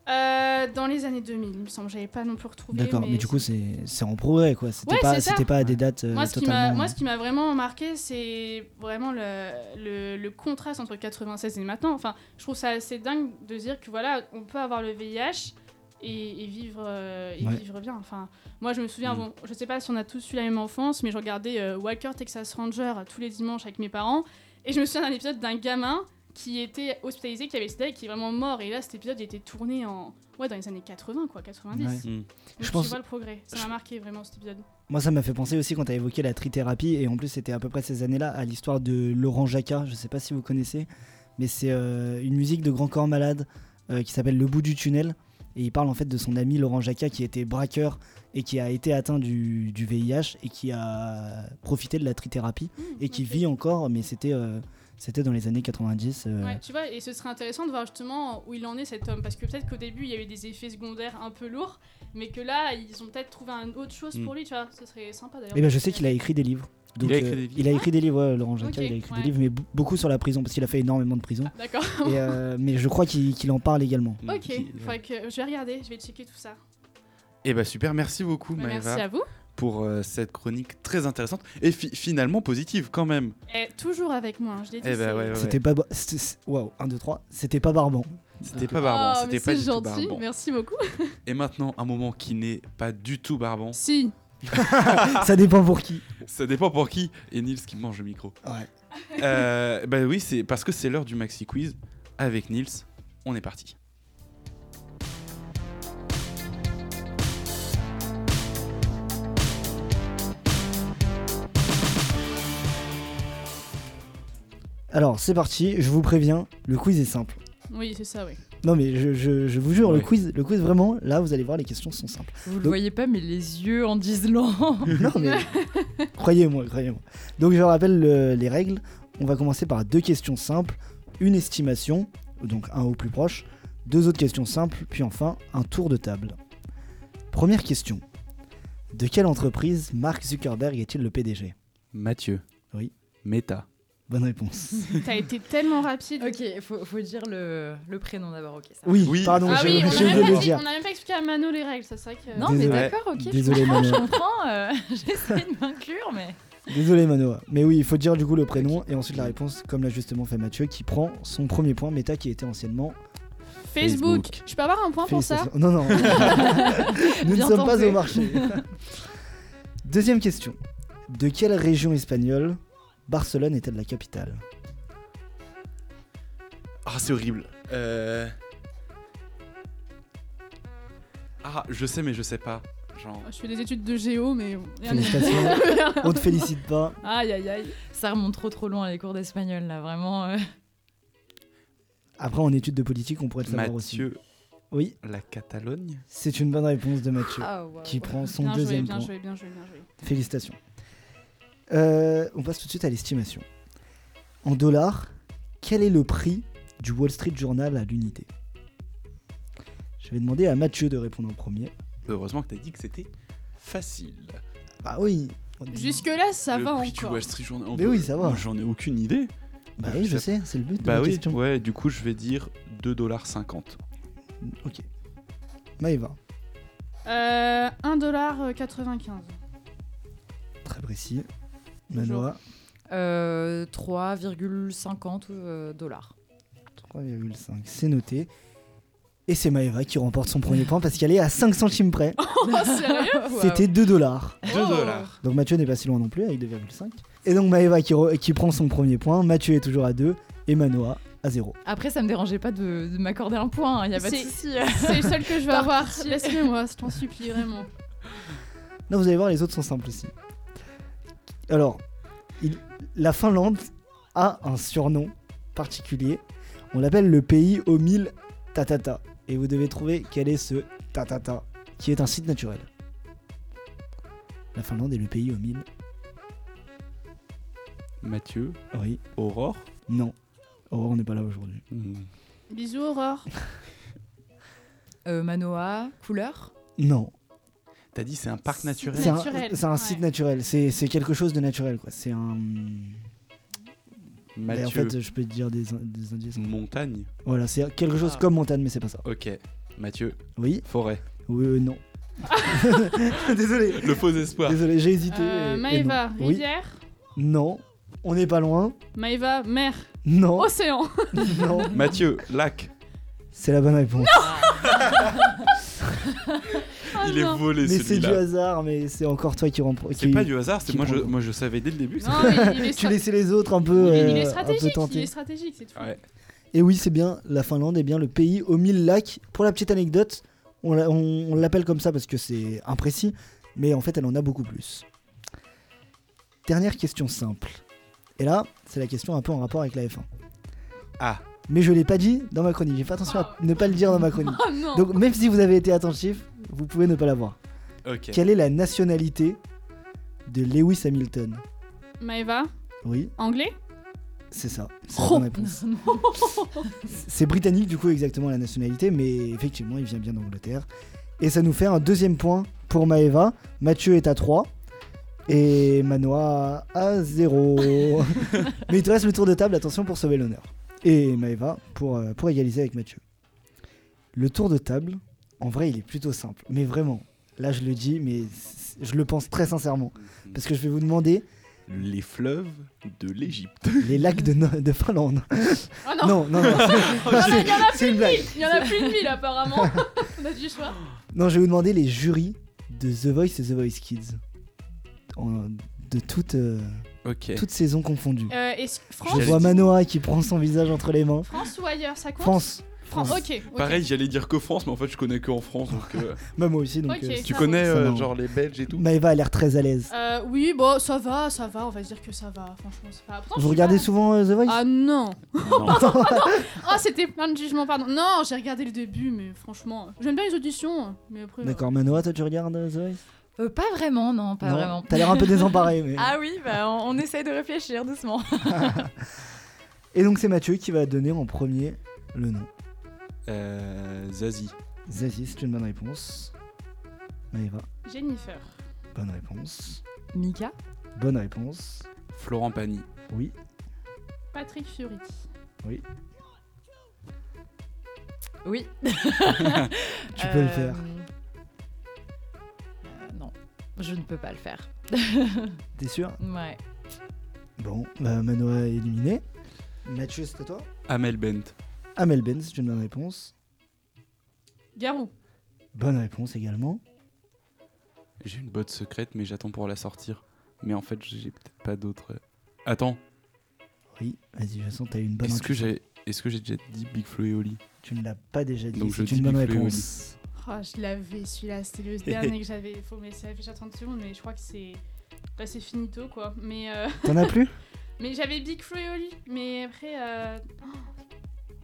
[SPEAKER 3] Euh, dans les années 2000, il me semble, j'avais pas non plus retrouvé.
[SPEAKER 2] D'accord, mais, du coup c'est c'est en progrès quoi. C'était
[SPEAKER 3] Ouais,
[SPEAKER 2] pas,
[SPEAKER 3] c'est ça.
[SPEAKER 2] c'était pas à des dates euh,
[SPEAKER 3] Moi ce, qui m'a,
[SPEAKER 2] totalement.
[SPEAKER 3] moi, ce qui m'a vraiment marqué, c'est vraiment le, le- le contraste entre 96 et maintenant. Enfin, je trouve ça assez dingue de dire que voilà, on peut avoir le VIH et, et vivre, euh, et
[SPEAKER 2] Ouais.
[SPEAKER 3] vivre bien. Enfin, moi, je me souviens,
[SPEAKER 1] Mm.
[SPEAKER 3] bon, je sais pas si on a tous eu la même enfance, mais je regardais euh, Walker Texas Ranger tous les dimanches avec mes parents. Et je me souviens d'un épisode d'un gamin qui était hospitalisé, qui avait le sida et qui est vraiment mort. Et là, cet épisode il était tourné en. Ouais, dans les années 80, quoi, 90.
[SPEAKER 2] Ouais.
[SPEAKER 3] Donc,
[SPEAKER 1] Mm.
[SPEAKER 2] Je
[SPEAKER 3] tu
[SPEAKER 2] pense-
[SPEAKER 3] vois le progrès. Ça
[SPEAKER 2] je-
[SPEAKER 3] m'a marqué vraiment cet épisode.
[SPEAKER 2] Moi, ça m'a fait penser aussi quand tu as évoqué la trithérapie, et en plus, c'était à peu près ces années-là, à l'histoire de Laurent Jacquat. Je sais pas si vous connaissez, mais c'est euh, une musique de Grand Corps Malade euh, qui s'appelle Le bout du tunnel. Et il parle en fait de son ami Laurent Jacquat qui était braqueur et qui a été atteint du, du VIH et qui a profité de la trithérapie et qui
[SPEAKER 3] Mmh, Ok.
[SPEAKER 2] vit encore, mais c'était euh, c'était dans les années 90. euh,
[SPEAKER 3] Ouais, tu vois, et ce serait intéressant de voir justement où il en est cet homme, parce que peut-être qu'au début il y a eu des effets secondaires un peu lourds, mais que là ils ont peut-être trouvé un autre chose
[SPEAKER 1] Mm.
[SPEAKER 3] pour lui, tu vois, ce serait sympa d'ailleurs.
[SPEAKER 2] Eh ben, je sais qu'il a écrit des livres. euh,
[SPEAKER 1] Il a écrit des livres
[SPEAKER 2] il a écrit des livres, ouais, Laurent Jacquat,
[SPEAKER 3] Ok,
[SPEAKER 2] il a écrit
[SPEAKER 3] ouais.
[SPEAKER 2] des livres, mais be- beaucoup sur la prison, parce qu'il a fait énormément de prison.
[SPEAKER 3] Ah, D'accord,
[SPEAKER 2] Et, euh, mais je crois qu'il qu'il en parle également.
[SPEAKER 1] Mm.
[SPEAKER 3] ok,
[SPEAKER 1] Qui-
[SPEAKER 3] faudrait que je vais regarder, je vais checker tout ça.
[SPEAKER 1] Eh bah super, merci beaucoup
[SPEAKER 3] Bah,
[SPEAKER 1] Maëva
[SPEAKER 3] merci à vous.
[SPEAKER 1] pour euh, cette chronique très intéressante et fi- finalement positive quand même.
[SPEAKER 3] Et toujours avec moi, hein, je l'ai dit.
[SPEAKER 1] Eh bah
[SPEAKER 3] c'est-
[SPEAKER 1] ouais, ouais, ouais.
[SPEAKER 2] C'était pas. bar- c'était- c'est- Waouh, 1, 2, 3. C'était pas barbant.
[SPEAKER 1] C'était pas
[SPEAKER 3] Oh,
[SPEAKER 1] barbant,
[SPEAKER 3] mais
[SPEAKER 1] c'était pas
[SPEAKER 3] c'est
[SPEAKER 1] du tout
[SPEAKER 3] gentil,
[SPEAKER 1] barbant.
[SPEAKER 3] merci beaucoup.
[SPEAKER 1] Et maintenant, un moment qui n'est pas du tout barbant.
[SPEAKER 3] Si,
[SPEAKER 2] Ça dépend pour qui.
[SPEAKER 1] Ça dépend pour qui. Et Nils qui mange le micro.
[SPEAKER 2] Ouais.
[SPEAKER 1] Euh, bah oui, c'est parce que c'est l'heure du maxi quiz avec Nils. On est parti.
[SPEAKER 2] Alors, c'est parti, je vous préviens, le quiz est simple.
[SPEAKER 3] oui, c'est ça, oui.
[SPEAKER 2] Non, mais je, je- je vous jure, le,
[SPEAKER 1] Ouais.
[SPEAKER 2] quiz, le quiz, vraiment, là, vous allez voir, les questions sont simples.
[SPEAKER 4] Vous le
[SPEAKER 2] Donc-
[SPEAKER 4] voyez pas, mais les yeux en disent long.
[SPEAKER 2] non, mais. croyez-moi, croyez-moi. Donc, je rappelle le- les règles. On va commencer par deux questions simples, une estimation, donc un au plus proche, deux autres questions simples, puis enfin un tour de table. Première question. De quelle entreprise Mark Zuckerberg est-il le PDG
[SPEAKER 1] Mathieu.
[SPEAKER 2] Oui.
[SPEAKER 1] Meta.
[SPEAKER 2] Bonne réponse.
[SPEAKER 3] T'as été tellement rapide.
[SPEAKER 4] Ok, faut, faut dire le, le prénom d'abord, ok. Ça.
[SPEAKER 2] Oui,
[SPEAKER 1] Oui.
[SPEAKER 2] pardon,
[SPEAKER 3] Ah
[SPEAKER 2] j'ai
[SPEAKER 3] oui,
[SPEAKER 2] j'ai
[SPEAKER 3] on a,
[SPEAKER 2] oublié
[SPEAKER 3] même
[SPEAKER 2] de le
[SPEAKER 3] pas dit-
[SPEAKER 2] dire.
[SPEAKER 3] on a même pas expliqué à Mano les règles, c'est ça que.
[SPEAKER 4] Non, mais
[SPEAKER 2] Désolé.
[SPEAKER 4] d'accord, ok.
[SPEAKER 2] Désolé,
[SPEAKER 4] je comprends,
[SPEAKER 2] Manon.
[SPEAKER 4] je comprends. euh, J'essaie de m'inclure, mais.
[SPEAKER 2] Désolé Manoa, mais oui, il faut dire du coup le prénom et ensuite la réponse, comme l'a justement fait Mathieu, qui prend son premier point, Meta qui était anciennement.
[SPEAKER 3] Facebook.
[SPEAKER 1] Facebook.
[SPEAKER 3] Je peux avoir un point pour ça
[SPEAKER 2] Félicitations. Non, non, nous ne
[SPEAKER 4] Bien
[SPEAKER 2] sommes pas
[SPEAKER 4] tenté.
[SPEAKER 2] au marché. Deuxième question. De quelle région espagnole Barcelone était de la capitale
[SPEAKER 1] Ah, c'est horrible. Euh... Ah, je sais, mais je sais pas. Genre.
[SPEAKER 3] Je fais des études de géo, mais bon, rien n'est-
[SPEAKER 2] Félicitations, on te félicite pas.
[SPEAKER 3] Aïe aïe aïe.
[SPEAKER 4] Ça remonte trop trop loin les cours d'espagnol, là, vraiment. euh.
[SPEAKER 2] Après, en études de politique, on pourrait le savoir aussi.
[SPEAKER 1] Mathieu,
[SPEAKER 2] Oui,
[SPEAKER 1] la Catalogne
[SPEAKER 2] c'est une bonne réponse de Mathieu,
[SPEAKER 4] Ah, waouh.
[SPEAKER 2] qui prend son
[SPEAKER 3] Bien joué,
[SPEAKER 2] deuxième
[SPEAKER 3] bien
[SPEAKER 2] point.
[SPEAKER 3] joué, bien joué, bien joué.
[SPEAKER 2] Félicitations. Euh, on passe tout de suite à l'estimation. En dollars, quel est le prix du Wall Street Journal à l'unité Je vais demander à Mathieu de répondre en premier.
[SPEAKER 1] Heureusement que t'as dit que c'était facile.
[SPEAKER 2] Bah oui on-
[SPEAKER 3] Jusque-là, ça
[SPEAKER 1] Le
[SPEAKER 3] va
[SPEAKER 1] prix du
[SPEAKER 3] encore.
[SPEAKER 1] Wall Street Journal.
[SPEAKER 2] Mais oui, ça va.
[SPEAKER 1] Moi, J'en ai aucune idée.
[SPEAKER 2] Bah oui, je sais, c'est le but de
[SPEAKER 1] Bah
[SPEAKER 2] la
[SPEAKER 1] oui,
[SPEAKER 2] question.
[SPEAKER 1] ouais, du coup, je vais dire 2,50$.
[SPEAKER 2] Ok. Maëva,
[SPEAKER 3] Euh, 1,95$.
[SPEAKER 2] très précis.
[SPEAKER 3] Bonjour.
[SPEAKER 2] Manoa,
[SPEAKER 4] Euh, 3,50 euh, dollars.
[SPEAKER 2] 3,5, c'est noté. Et c'est Maëva qui remporte son premier point parce qu'elle est à 5 centimes près.
[SPEAKER 3] Oh, sérieux
[SPEAKER 4] Waouh.
[SPEAKER 2] C'était 2 dollars.
[SPEAKER 1] 2$.
[SPEAKER 2] Donc Mathieu n'est pas si loin non plus avec 2,5. Et donc Maeva qui, re- qui prend son premier point, Mathieu est toujours à 2 et Manoa à 0.
[SPEAKER 4] Après, ça me dérangeait pas de, de m'accorder un point, il y a pas de
[SPEAKER 3] C'est-
[SPEAKER 4] souci.
[SPEAKER 3] C'est le seul que je veux
[SPEAKER 4] Par
[SPEAKER 3] avoir.
[SPEAKER 4] pitié.
[SPEAKER 3] Laisse-le-moi, je t'en supplie vraiment.
[SPEAKER 2] Non, vous allez voir, les autres sont simples aussi. Alors, il- la Finlande a un surnom particulier. On l'appelle le pays aux mille tatata. Et vous devez trouver quel est ce tatata, qui est un site naturel. La Finlande est le pays aux mille.
[SPEAKER 1] Mathieu,
[SPEAKER 2] Oui,
[SPEAKER 1] Aurore. hmm.
[SPEAKER 2] non. Oh, on n'est pas là aujourd'hui.
[SPEAKER 3] Bisous, Aurore.
[SPEAKER 4] Euh, Manoa, couleur
[SPEAKER 2] Non.
[SPEAKER 1] T'as dit c'est un parc naturel.
[SPEAKER 2] C'est un,
[SPEAKER 3] Naturel,
[SPEAKER 2] c'est un site
[SPEAKER 3] ouais.
[SPEAKER 2] naturel, c'est c'est quelque chose de naturel quoi. C'est un. Mais
[SPEAKER 1] Mathieu, Mm.
[SPEAKER 2] Ben, en fait, je peux te dire des, in- des indices.
[SPEAKER 1] montagne.
[SPEAKER 2] Voilà, c'est quelque chose
[SPEAKER 4] Ah.
[SPEAKER 2] comme montagne, mais c'est pas ça.
[SPEAKER 1] Ok. Mathieu,
[SPEAKER 2] Oui,
[SPEAKER 1] forêt.
[SPEAKER 2] oui, euh, non. désolé,
[SPEAKER 1] Le faux espoir.
[SPEAKER 2] désolé, j'ai hésité. et-
[SPEAKER 3] Euh,
[SPEAKER 2] et
[SPEAKER 3] Maëva,
[SPEAKER 2] non. Oui,
[SPEAKER 3] rivière.
[SPEAKER 2] non. On n'est pas loin.
[SPEAKER 3] Maëva, mer.
[SPEAKER 2] Non,
[SPEAKER 3] Océan.
[SPEAKER 2] non.
[SPEAKER 1] Mathieu, lac.
[SPEAKER 2] C'est la bonne réponse.
[SPEAKER 3] Ah
[SPEAKER 1] Il est
[SPEAKER 3] non.
[SPEAKER 1] volé
[SPEAKER 2] mais c'est du
[SPEAKER 1] celui-là.
[SPEAKER 2] hasard, mais c'est encore toi qui remporte.
[SPEAKER 1] C'est pas du hasard, c'est
[SPEAKER 2] qui
[SPEAKER 1] moi je,
[SPEAKER 2] prend-
[SPEAKER 1] moi je savais dès le début. que
[SPEAKER 3] Non,
[SPEAKER 1] c'était-
[SPEAKER 3] mais il est,
[SPEAKER 2] Tu
[SPEAKER 3] stra-
[SPEAKER 2] laissais les autres un peu,
[SPEAKER 1] Oui, mais
[SPEAKER 2] euh,
[SPEAKER 3] il est
[SPEAKER 2] un peu
[SPEAKER 3] stratégique. Il
[SPEAKER 2] tentés.
[SPEAKER 3] est stratégique, c'est tout.
[SPEAKER 1] Ouais.
[SPEAKER 2] Et oui, c'est bien, la Finlande est bien le pays aux mille lacs. Pour la petite anecdote, on l'a- on on l'appelle comme ça parce que c'est imprécis, mais en fait, elle en a beaucoup plus. Dernière question simple. Et là, c'est la question un peu en rapport avec la F1.
[SPEAKER 1] Ah.
[SPEAKER 2] Mais je l'ai pas dit dans ma chronique, j'ai fait attention à ne pas le dire dans ma chronique.
[SPEAKER 3] Oh non.
[SPEAKER 2] Donc même si vous avez été attentif, vous pouvez ne pas l'avoir.
[SPEAKER 1] Ok.
[SPEAKER 2] Quelle est la nationalité de Lewis Hamilton
[SPEAKER 3] Maëva,
[SPEAKER 2] Oui,
[SPEAKER 3] anglais
[SPEAKER 2] c'est ça. C'est la bonne réponse. C'est britannique du coup exactement la nationalité, mais effectivement il vient bien d'Angleterre. Et ça nous fait un deuxième point pour Maeva. Mathieu est à 3 et Manoa à 0. mais il te reste le tour de table, attention pour sauver l'honneur. Et Maeva pour, euh, pour égaliser avec Mathieu. Le tour de table, en vrai il est plutôt simple, mais vraiment, là je le dis, mais c- je le pense très sincèrement. Parce que je vais vous demander
[SPEAKER 1] Les fleuves de l'Égypte.
[SPEAKER 2] les lacs de, No- de Finlande.
[SPEAKER 3] Oh non,
[SPEAKER 2] Non, non, non.
[SPEAKER 3] il y en a
[SPEAKER 2] C'est une blague.
[SPEAKER 3] il y en a plus de 1000 apparemment. On a du choix.
[SPEAKER 2] Non, je vais vous demander les jurys de The Voice et The Voice Kids. En- de toutes, euh,
[SPEAKER 1] Ok.
[SPEAKER 2] toutes saisons confondues.
[SPEAKER 3] Euh, est-ce-
[SPEAKER 2] je
[SPEAKER 3] France,
[SPEAKER 1] j'allais
[SPEAKER 2] vois
[SPEAKER 1] dire-
[SPEAKER 2] Manoa qui prend son visage entre les mains.
[SPEAKER 3] France ou ailleurs, ça compte
[SPEAKER 2] France.
[SPEAKER 3] Fran-
[SPEAKER 2] France.
[SPEAKER 3] Ok. ok.
[SPEAKER 1] Pareil, j'allais dire que France, mais en fait, je connais que en France. Donc, euh,
[SPEAKER 2] Bah, moi aussi, donc.
[SPEAKER 3] Ok.
[SPEAKER 2] euh,
[SPEAKER 1] tu
[SPEAKER 3] Ça
[SPEAKER 1] connais
[SPEAKER 2] va.
[SPEAKER 1] euh,
[SPEAKER 2] Ça va.
[SPEAKER 1] genre les Belges et tout
[SPEAKER 2] Maëva a l'air très à l'aise.
[SPEAKER 3] Euh, oui, bon, ça va, ça va, on va se dire que ça va, franchement, c'est pas... Pourtant, je
[SPEAKER 2] Vous
[SPEAKER 3] suis
[SPEAKER 2] regardez
[SPEAKER 3] pas-
[SPEAKER 2] souvent euh, The Voice
[SPEAKER 3] Ah non
[SPEAKER 1] Non.
[SPEAKER 3] Ah, c'était plein de jugements, pardon. Non, j'ai regardé le début, mais franchement, j'aime bien les auditions, mais après...
[SPEAKER 2] D'accord, Manoa, toi tu regardes euh, The Voice
[SPEAKER 4] Euh, pas vraiment, non, pas
[SPEAKER 2] Non,
[SPEAKER 4] vraiment.
[SPEAKER 2] T'as l'air un peu désemparé. mais-
[SPEAKER 4] Ah oui, bah, on, on essaye de réfléchir doucement.
[SPEAKER 2] Et donc c'est Mathieu qui va donner en premier le nom.
[SPEAKER 1] Euh, Zazie.
[SPEAKER 2] Zazie, c'est une bonne réponse. Maïva,
[SPEAKER 3] euh, Jennifer.
[SPEAKER 2] bonne réponse.
[SPEAKER 4] Mika
[SPEAKER 2] Bonne réponse.
[SPEAKER 1] Florent Pagny.
[SPEAKER 2] Oui.
[SPEAKER 3] Patrick Fury.
[SPEAKER 4] Oui.
[SPEAKER 2] Tu peux le faire.
[SPEAKER 4] Euh, Non, je ne peux pas le faire.
[SPEAKER 2] T'es sûr
[SPEAKER 4] Ouais.
[SPEAKER 2] Bon, bah, Manoa est éliminé. Mathieu, c'est à toi.
[SPEAKER 1] Amel Bent.
[SPEAKER 2] Amel Ben, c'est une bonne réponse.
[SPEAKER 3] Garou.
[SPEAKER 2] Bonne réponse également.
[SPEAKER 1] J'ai une botte secrète, mais j'attends pour la sortir. Mais en fait, j'ai peut-être pas d'autres. euh, Attends,
[SPEAKER 2] Oui, vas-y, Vincent, t'as eu une bonne
[SPEAKER 1] est-ce que
[SPEAKER 2] intuition.
[SPEAKER 1] j'ai est-ce que j'ai déjà dit Big Flo et Oli
[SPEAKER 2] Tu ne l'as pas déjà dit,
[SPEAKER 1] Donc je
[SPEAKER 2] c'est
[SPEAKER 1] dis
[SPEAKER 2] une bonne
[SPEAKER 1] Big Flo et
[SPEAKER 2] réponse.
[SPEAKER 3] Oh, je l'avais celui-là, c'était le dernier que j'avais. Il faut mais ça affiche à 30 secondes, mais je crois que c'est. Bah, c'est finito quoi. Mais, euh,
[SPEAKER 2] T'en as plus
[SPEAKER 3] mais j'avais Big Flo et Oli, mais après. euh,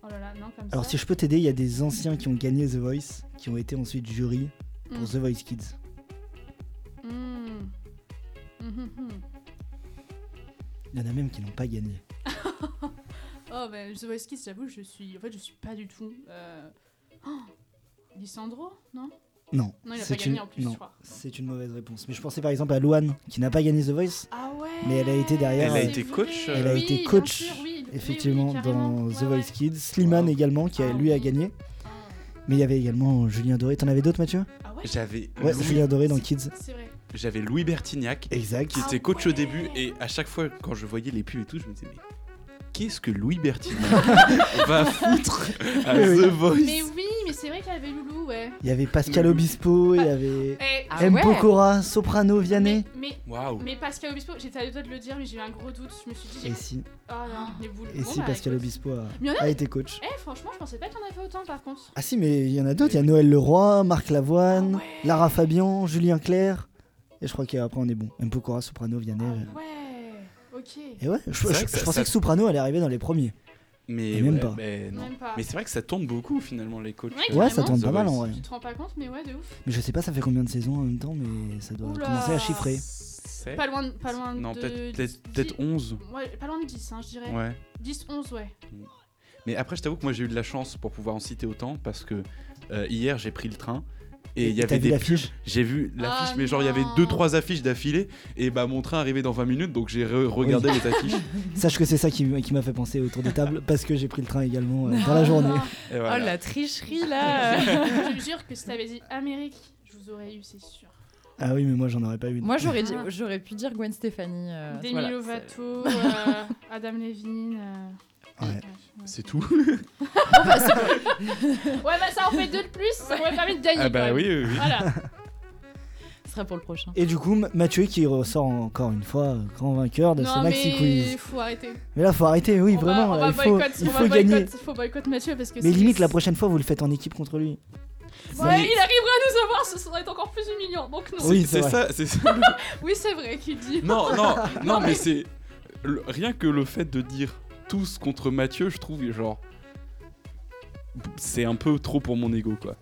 [SPEAKER 3] Oh là là, non, comme
[SPEAKER 2] Alors
[SPEAKER 3] ça.
[SPEAKER 2] si je peux t'aider, il y a des anciens qui ont gagné The Voice, qui ont été ensuite jury pour
[SPEAKER 3] Mm.
[SPEAKER 2] The Voice Kids.
[SPEAKER 3] Hmm. Hum, hum, hum.
[SPEAKER 2] Il y en a même qui n'ont pas gagné.
[SPEAKER 3] Oh, ben, The Voice Kids, j'avoue, je suis. En fait, je suis pas du tout. Euh... oh, Lisandro Non
[SPEAKER 2] Non,
[SPEAKER 3] Non, il a pas
[SPEAKER 2] c'est
[SPEAKER 3] gagné en plus,
[SPEAKER 2] non,
[SPEAKER 3] je crois.
[SPEAKER 2] c'est une mauvaise réponse. Mais je pensais par exemple à Loane, qui n'a pas gagné The Voice.
[SPEAKER 3] Ah ouais
[SPEAKER 2] Mais elle a été derrière, hein.
[SPEAKER 1] Elle a
[SPEAKER 3] C'est
[SPEAKER 1] été
[SPEAKER 3] vrai.
[SPEAKER 1] coach, euh,
[SPEAKER 2] Elle a
[SPEAKER 3] Oui,
[SPEAKER 2] été
[SPEAKER 3] bien
[SPEAKER 2] coach,
[SPEAKER 3] sûr, oui, oui,
[SPEAKER 2] effectivement,
[SPEAKER 3] oui, carrément.
[SPEAKER 2] dans The
[SPEAKER 3] Ouais,
[SPEAKER 2] Voice
[SPEAKER 3] ouais.
[SPEAKER 2] Kids. Slimane
[SPEAKER 1] Wow.
[SPEAKER 2] également, qui a,
[SPEAKER 3] Ah
[SPEAKER 2] lui a
[SPEAKER 3] oui.
[SPEAKER 2] gagné. Mais il y avait également euh, Julien Doré. T'en avais d'autres, Mathieu
[SPEAKER 3] Ah ouais
[SPEAKER 1] J'avais
[SPEAKER 2] Ouais,
[SPEAKER 1] Louis-
[SPEAKER 2] Julien Doré dans Kids.
[SPEAKER 3] C'est vrai.
[SPEAKER 1] j'avais Louis Bertignac
[SPEAKER 2] Exact.
[SPEAKER 1] qui
[SPEAKER 3] Ah
[SPEAKER 1] était coach
[SPEAKER 3] ouais.
[SPEAKER 1] au début et à chaque fois quand je voyais les pubs et tout, je me disais mais qu'est-ce que Louis Bertignac va foutre à
[SPEAKER 2] Oui, oui.
[SPEAKER 1] The Voice
[SPEAKER 3] Mais oui, mais c'est vrai qu'il y avait Loulou, ouais.
[SPEAKER 2] Il y avait Pascal Obispo, il y avait
[SPEAKER 3] Eh,
[SPEAKER 4] Ah
[SPEAKER 2] M.
[SPEAKER 4] ouais
[SPEAKER 2] Pokora, Soprano, Vianney.
[SPEAKER 3] mais, mais,
[SPEAKER 1] Waouh.
[SPEAKER 3] mais Pascal Obispo, j'étais à deux doigts de le dire, mais j'ai eu un gros doute. Je me suis dit, j'ai-
[SPEAKER 2] Et si,
[SPEAKER 3] oh non, les boules.
[SPEAKER 2] et
[SPEAKER 3] Bon,
[SPEAKER 2] si
[SPEAKER 3] bah,
[SPEAKER 2] Pascal
[SPEAKER 3] écoute.
[SPEAKER 2] Obispo a,
[SPEAKER 3] Mais il y en a-
[SPEAKER 2] a été coach
[SPEAKER 3] Eh, franchement, je pensais pas qu'il y en avait autant par contre.
[SPEAKER 2] Ah si, mais il y en a d'autres. Il y a Noël Leroy, Marc Lavoine,
[SPEAKER 3] Ah ouais.
[SPEAKER 2] Lara Fabian, Julien Clerc. Et je crois qu'après, on est bon. M. Pokora, Soprano, Vianney. euh.
[SPEAKER 3] Ah Ouais, ok.
[SPEAKER 2] Et ouais, je,
[SPEAKER 1] C'est vrai
[SPEAKER 2] je-
[SPEAKER 1] que ça-
[SPEAKER 2] je pensais
[SPEAKER 1] ça-
[SPEAKER 2] que Soprano allait arriver dans les premiers.
[SPEAKER 1] Mais,
[SPEAKER 2] Et même
[SPEAKER 1] ouais,
[SPEAKER 2] pas.
[SPEAKER 1] mais non.
[SPEAKER 3] Même pas.
[SPEAKER 1] Mais c'est vrai que ça tourne beaucoup finalement les coachs.
[SPEAKER 3] Ouais,
[SPEAKER 1] euh,
[SPEAKER 2] Ouais, ça
[SPEAKER 1] The
[SPEAKER 2] tourne pas mal en
[SPEAKER 1] Voice.
[SPEAKER 2] vrai.
[SPEAKER 3] Tu te rends pas compte, mais ouais, de ouf.
[SPEAKER 2] Mais je sais pas, ça fait combien de saisons en même temps, mais ça doit
[SPEAKER 3] Oula.
[SPEAKER 2] commencer à chiffrer.
[SPEAKER 1] Sept
[SPEAKER 3] Pas loin de. Pas loin
[SPEAKER 1] Eh, Non,
[SPEAKER 3] de
[SPEAKER 1] peut-être peut-être- peut-être 11.
[SPEAKER 3] Ouais, pas loin de 10, hein, je dirais.
[SPEAKER 1] Ouais.
[SPEAKER 3] 10, 11, ouais.
[SPEAKER 1] Mais après, je t'avoue que moi j'ai eu de la chance pour pouvoir en citer autant parce que euh, hier j'ai pris le train et il y
[SPEAKER 2] t'as
[SPEAKER 1] avait
[SPEAKER 2] vu
[SPEAKER 1] des
[SPEAKER 2] l'affiche
[SPEAKER 1] J'ai vu l'affiche,
[SPEAKER 3] Ah
[SPEAKER 1] mais genre il y avait
[SPEAKER 3] non.
[SPEAKER 1] deux trois affiches d'affilée et bah mon train arrivait dans 20 minutes donc j'ai re- regardé les affiches.
[SPEAKER 2] Sache que c'est ça qui, qui m'a fait penser autour des tables parce que j'ai pris le train également euh,
[SPEAKER 3] Ah,
[SPEAKER 2] dans la journée.
[SPEAKER 1] Et voilà.
[SPEAKER 4] Oh la tricherie là
[SPEAKER 3] euh, je te jure que si t'avais dit Amérique, je vous aurais eu, c'est sûr.
[SPEAKER 2] Ah oui, mais moi j'en aurais pas eu.
[SPEAKER 4] Moi j'aurais dit-
[SPEAKER 3] Ah.
[SPEAKER 4] j'aurais pu dire Gwen Stefani. euh,
[SPEAKER 3] Demi
[SPEAKER 4] voilà, c'est-
[SPEAKER 3] Lovato, euh, Adam Levine. euh,
[SPEAKER 2] Ouais.
[SPEAKER 1] C'est tout.
[SPEAKER 3] Ouais, bah ça en fait deux de plus, ça m'aurait permis de gagner.
[SPEAKER 1] Ah bah
[SPEAKER 3] quand même.
[SPEAKER 1] oui, oui, oui.
[SPEAKER 3] Voilà.
[SPEAKER 4] Ce sera pour le prochain.
[SPEAKER 2] Et du coup, M- Mathieu qui ressort encore une fois euh, grand vainqueur de ce maxi quiz.
[SPEAKER 3] faut arrêter.
[SPEAKER 2] Mais là, faut arrêter, oui,
[SPEAKER 3] On va-
[SPEAKER 2] vraiment.
[SPEAKER 3] on
[SPEAKER 2] là,
[SPEAKER 3] va
[SPEAKER 2] il faut,
[SPEAKER 3] boycott-
[SPEAKER 2] il
[SPEAKER 3] on va
[SPEAKER 2] faut
[SPEAKER 3] boycott-
[SPEAKER 2] gagner.
[SPEAKER 3] faut boycott Mathieu parce que
[SPEAKER 2] Mais
[SPEAKER 3] c'est-
[SPEAKER 2] limite, la prochaine fois, vous le faites en équipe contre lui.
[SPEAKER 3] Ouais, il arriverait à nous avoir, ce serait encore plus humiliant. Donc non.
[SPEAKER 2] Oui,
[SPEAKER 1] C'est-
[SPEAKER 2] c'est
[SPEAKER 1] c'est
[SPEAKER 2] vrai.
[SPEAKER 1] ça, c'est ça.
[SPEAKER 3] Oui, c'est vrai qu'il dit.
[SPEAKER 1] non, non, non, mais c'est le- rien que le fait de dire tous contre Mathieu, je trouve genre c'est un peu trop pour mon ego quoi.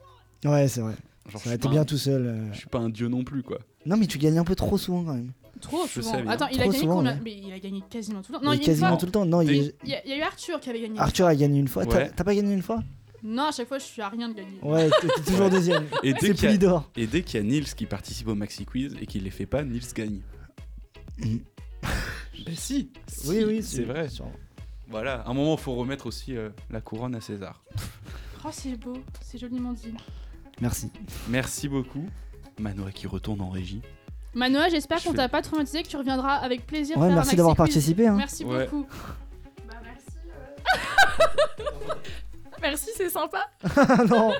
[SPEAKER 2] Ouais, c'est vrai.
[SPEAKER 1] Genre, je
[SPEAKER 2] Ça
[SPEAKER 1] suis
[SPEAKER 2] été
[SPEAKER 1] pas
[SPEAKER 2] bien
[SPEAKER 1] un-
[SPEAKER 2] tout seul. euh.
[SPEAKER 1] je suis pas un dieu non plus quoi.
[SPEAKER 2] Non, mais tu gagnes un peu trop souvent quand même.
[SPEAKER 3] Trop
[SPEAKER 1] Je
[SPEAKER 3] souvent.
[SPEAKER 1] sais bien.
[SPEAKER 3] Attends, il a
[SPEAKER 2] Trop
[SPEAKER 3] gagné
[SPEAKER 2] souvent,
[SPEAKER 3] combien
[SPEAKER 2] ouais.
[SPEAKER 3] Mais il a gagné quasiment tout le temps. Non,
[SPEAKER 2] Mais
[SPEAKER 3] il y a une
[SPEAKER 2] quasiment
[SPEAKER 3] fois-
[SPEAKER 2] tout le temps. Non, il est-
[SPEAKER 3] Il y, a- il y a eu Arthur qui avait gagné.
[SPEAKER 2] Arthur a gagné une fois. T'as-
[SPEAKER 1] Ouais.
[SPEAKER 2] T'as pas gagné une fois
[SPEAKER 3] Non, à chaque fois, je suis à rien de gagner.
[SPEAKER 2] Ouais, t'es t'es toujours deuxième.
[SPEAKER 1] Et dès
[SPEAKER 2] C'est
[SPEAKER 1] qu'il y a-
[SPEAKER 2] Polydor.
[SPEAKER 1] et dès qu'il y a Nils qui participe au Maxi Quiz et qu'il les fait pas, Nils gagne.
[SPEAKER 2] Mm.
[SPEAKER 1] Bah si,
[SPEAKER 2] Oui,
[SPEAKER 1] si,
[SPEAKER 2] oui,
[SPEAKER 1] c'est vrai.
[SPEAKER 2] sûr.
[SPEAKER 1] Voilà, à un moment, faut remettre aussi euh, la couronne à César.
[SPEAKER 3] Oh, c'est beau, c'est joliment dit.
[SPEAKER 2] Merci.
[SPEAKER 1] Merci beaucoup. Manoa qui retourne en régie.
[SPEAKER 3] Manoa, j'espère
[SPEAKER 1] Je
[SPEAKER 3] qu'on
[SPEAKER 1] fais-
[SPEAKER 3] t'a pas traumatisé, que tu reviendras avec plaisir.
[SPEAKER 2] Ouais,
[SPEAKER 3] faire un
[SPEAKER 2] merci d'avoir
[SPEAKER 3] maxi quiz.
[SPEAKER 2] participé. hein.
[SPEAKER 3] Merci
[SPEAKER 1] Ouais.
[SPEAKER 3] beaucoup. Bah, merci.
[SPEAKER 4] euh. Merci, c'est sympa.
[SPEAKER 2] Ah non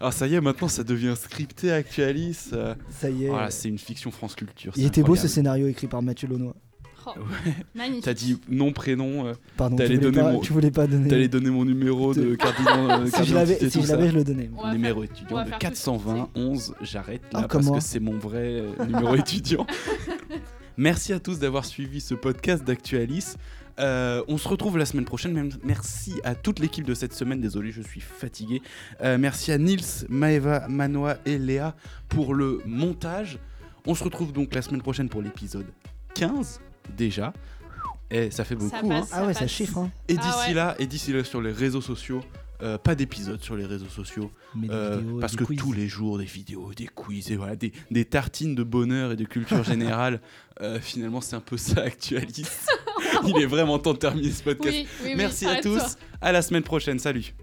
[SPEAKER 1] Ah, ça y est, maintenant, ça devient scripté, actualis. euh.
[SPEAKER 2] Ça y est.
[SPEAKER 1] Voilà, c'est une fiction France Culture.
[SPEAKER 2] Il
[SPEAKER 1] c'est
[SPEAKER 2] était beau ce
[SPEAKER 1] incroyable.
[SPEAKER 2] scénario écrit par Mathieu Launois.
[SPEAKER 3] Oh,
[SPEAKER 1] Ouais.
[SPEAKER 3] magnifique.
[SPEAKER 1] T'as dit nom, prénom, euh,
[SPEAKER 2] Pardon, tu
[SPEAKER 1] T'allais
[SPEAKER 2] voulais,
[SPEAKER 1] donner
[SPEAKER 2] pas,
[SPEAKER 1] mon-
[SPEAKER 2] tu voulais pas donner.
[SPEAKER 1] t'allais donner mon numéro de carte d'ident- euh,
[SPEAKER 2] Si
[SPEAKER 1] carte
[SPEAKER 2] je l'avais,
[SPEAKER 1] d'identité,
[SPEAKER 2] si
[SPEAKER 1] tout
[SPEAKER 2] je,
[SPEAKER 1] ça.
[SPEAKER 2] l'avais, je le donnais.
[SPEAKER 3] On va
[SPEAKER 1] Numéro
[SPEAKER 3] on va
[SPEAKER 1] étudiant de
[SPEAKER 3] faire tout de suite,
[SPEAKER 1] 420 11. J'arrête là
[SPEAKER 2] Ah, comme
[SPEAKER 1] parce
[SPEAKER 2] moi.
[SPEAKER 1] que c'est mon vrai euh, numéro étudiant. Merci à tous d'avoir suivi ce podcast d'Actualis. Euh, on se retrouve la semaine prochaine. Même- Merci à toute l'équipe de cette semaine. Désolé, je suis fatigué. Euh, merci à Nils, Maeva, Manoa et Léa pour le montage. On se retrouve donc la semaine prochaine pour l'épisode 15 déjà. Et ça fait beaucoup.
[SPEAKER 3] Ça
[SPEAKER 1] hein.
[SPEAKER 3] passe.
[SPEAKER 2] Ah ouais, ça
[SPEAKER 3] passe.
[SPEAKER 2] chiffre. Hein.
[SPEAKER 1] Et
[SPEAKER 3] Ah
[SPEAKER 1] d'ici
[SPEAKER 3] ouais.
[SPEAKER 1] là, et d'ici là sur les réseaux sociaux, euh, pas d'épisode sur les réseaux sociaux.
[SPEAKER 2] Mais des
[SPEAKER 1] euh,
[SPEAKER 2] vidéos,
[SPEAKER 1] parce
[SPEAKER 2] des
[SPEAKER 1] que
[SPEAKER 2] quiz.
[SPEAKER 1] tous les jours, des vidéos, des quiz, et voilà, des, des tartines de bonheur et de culture générale. Euh, finalement, c'est un peu ça, Actualis. Il est vraiment temps de terminer ce podcast.
[SPEAKER 3] Oui, oui, oui,
[SPEAKER 1] Merci à
[SPEAKER 3] arrête-toi.
[SPEAKER 1] tous. À la semaine prochaine. Salut.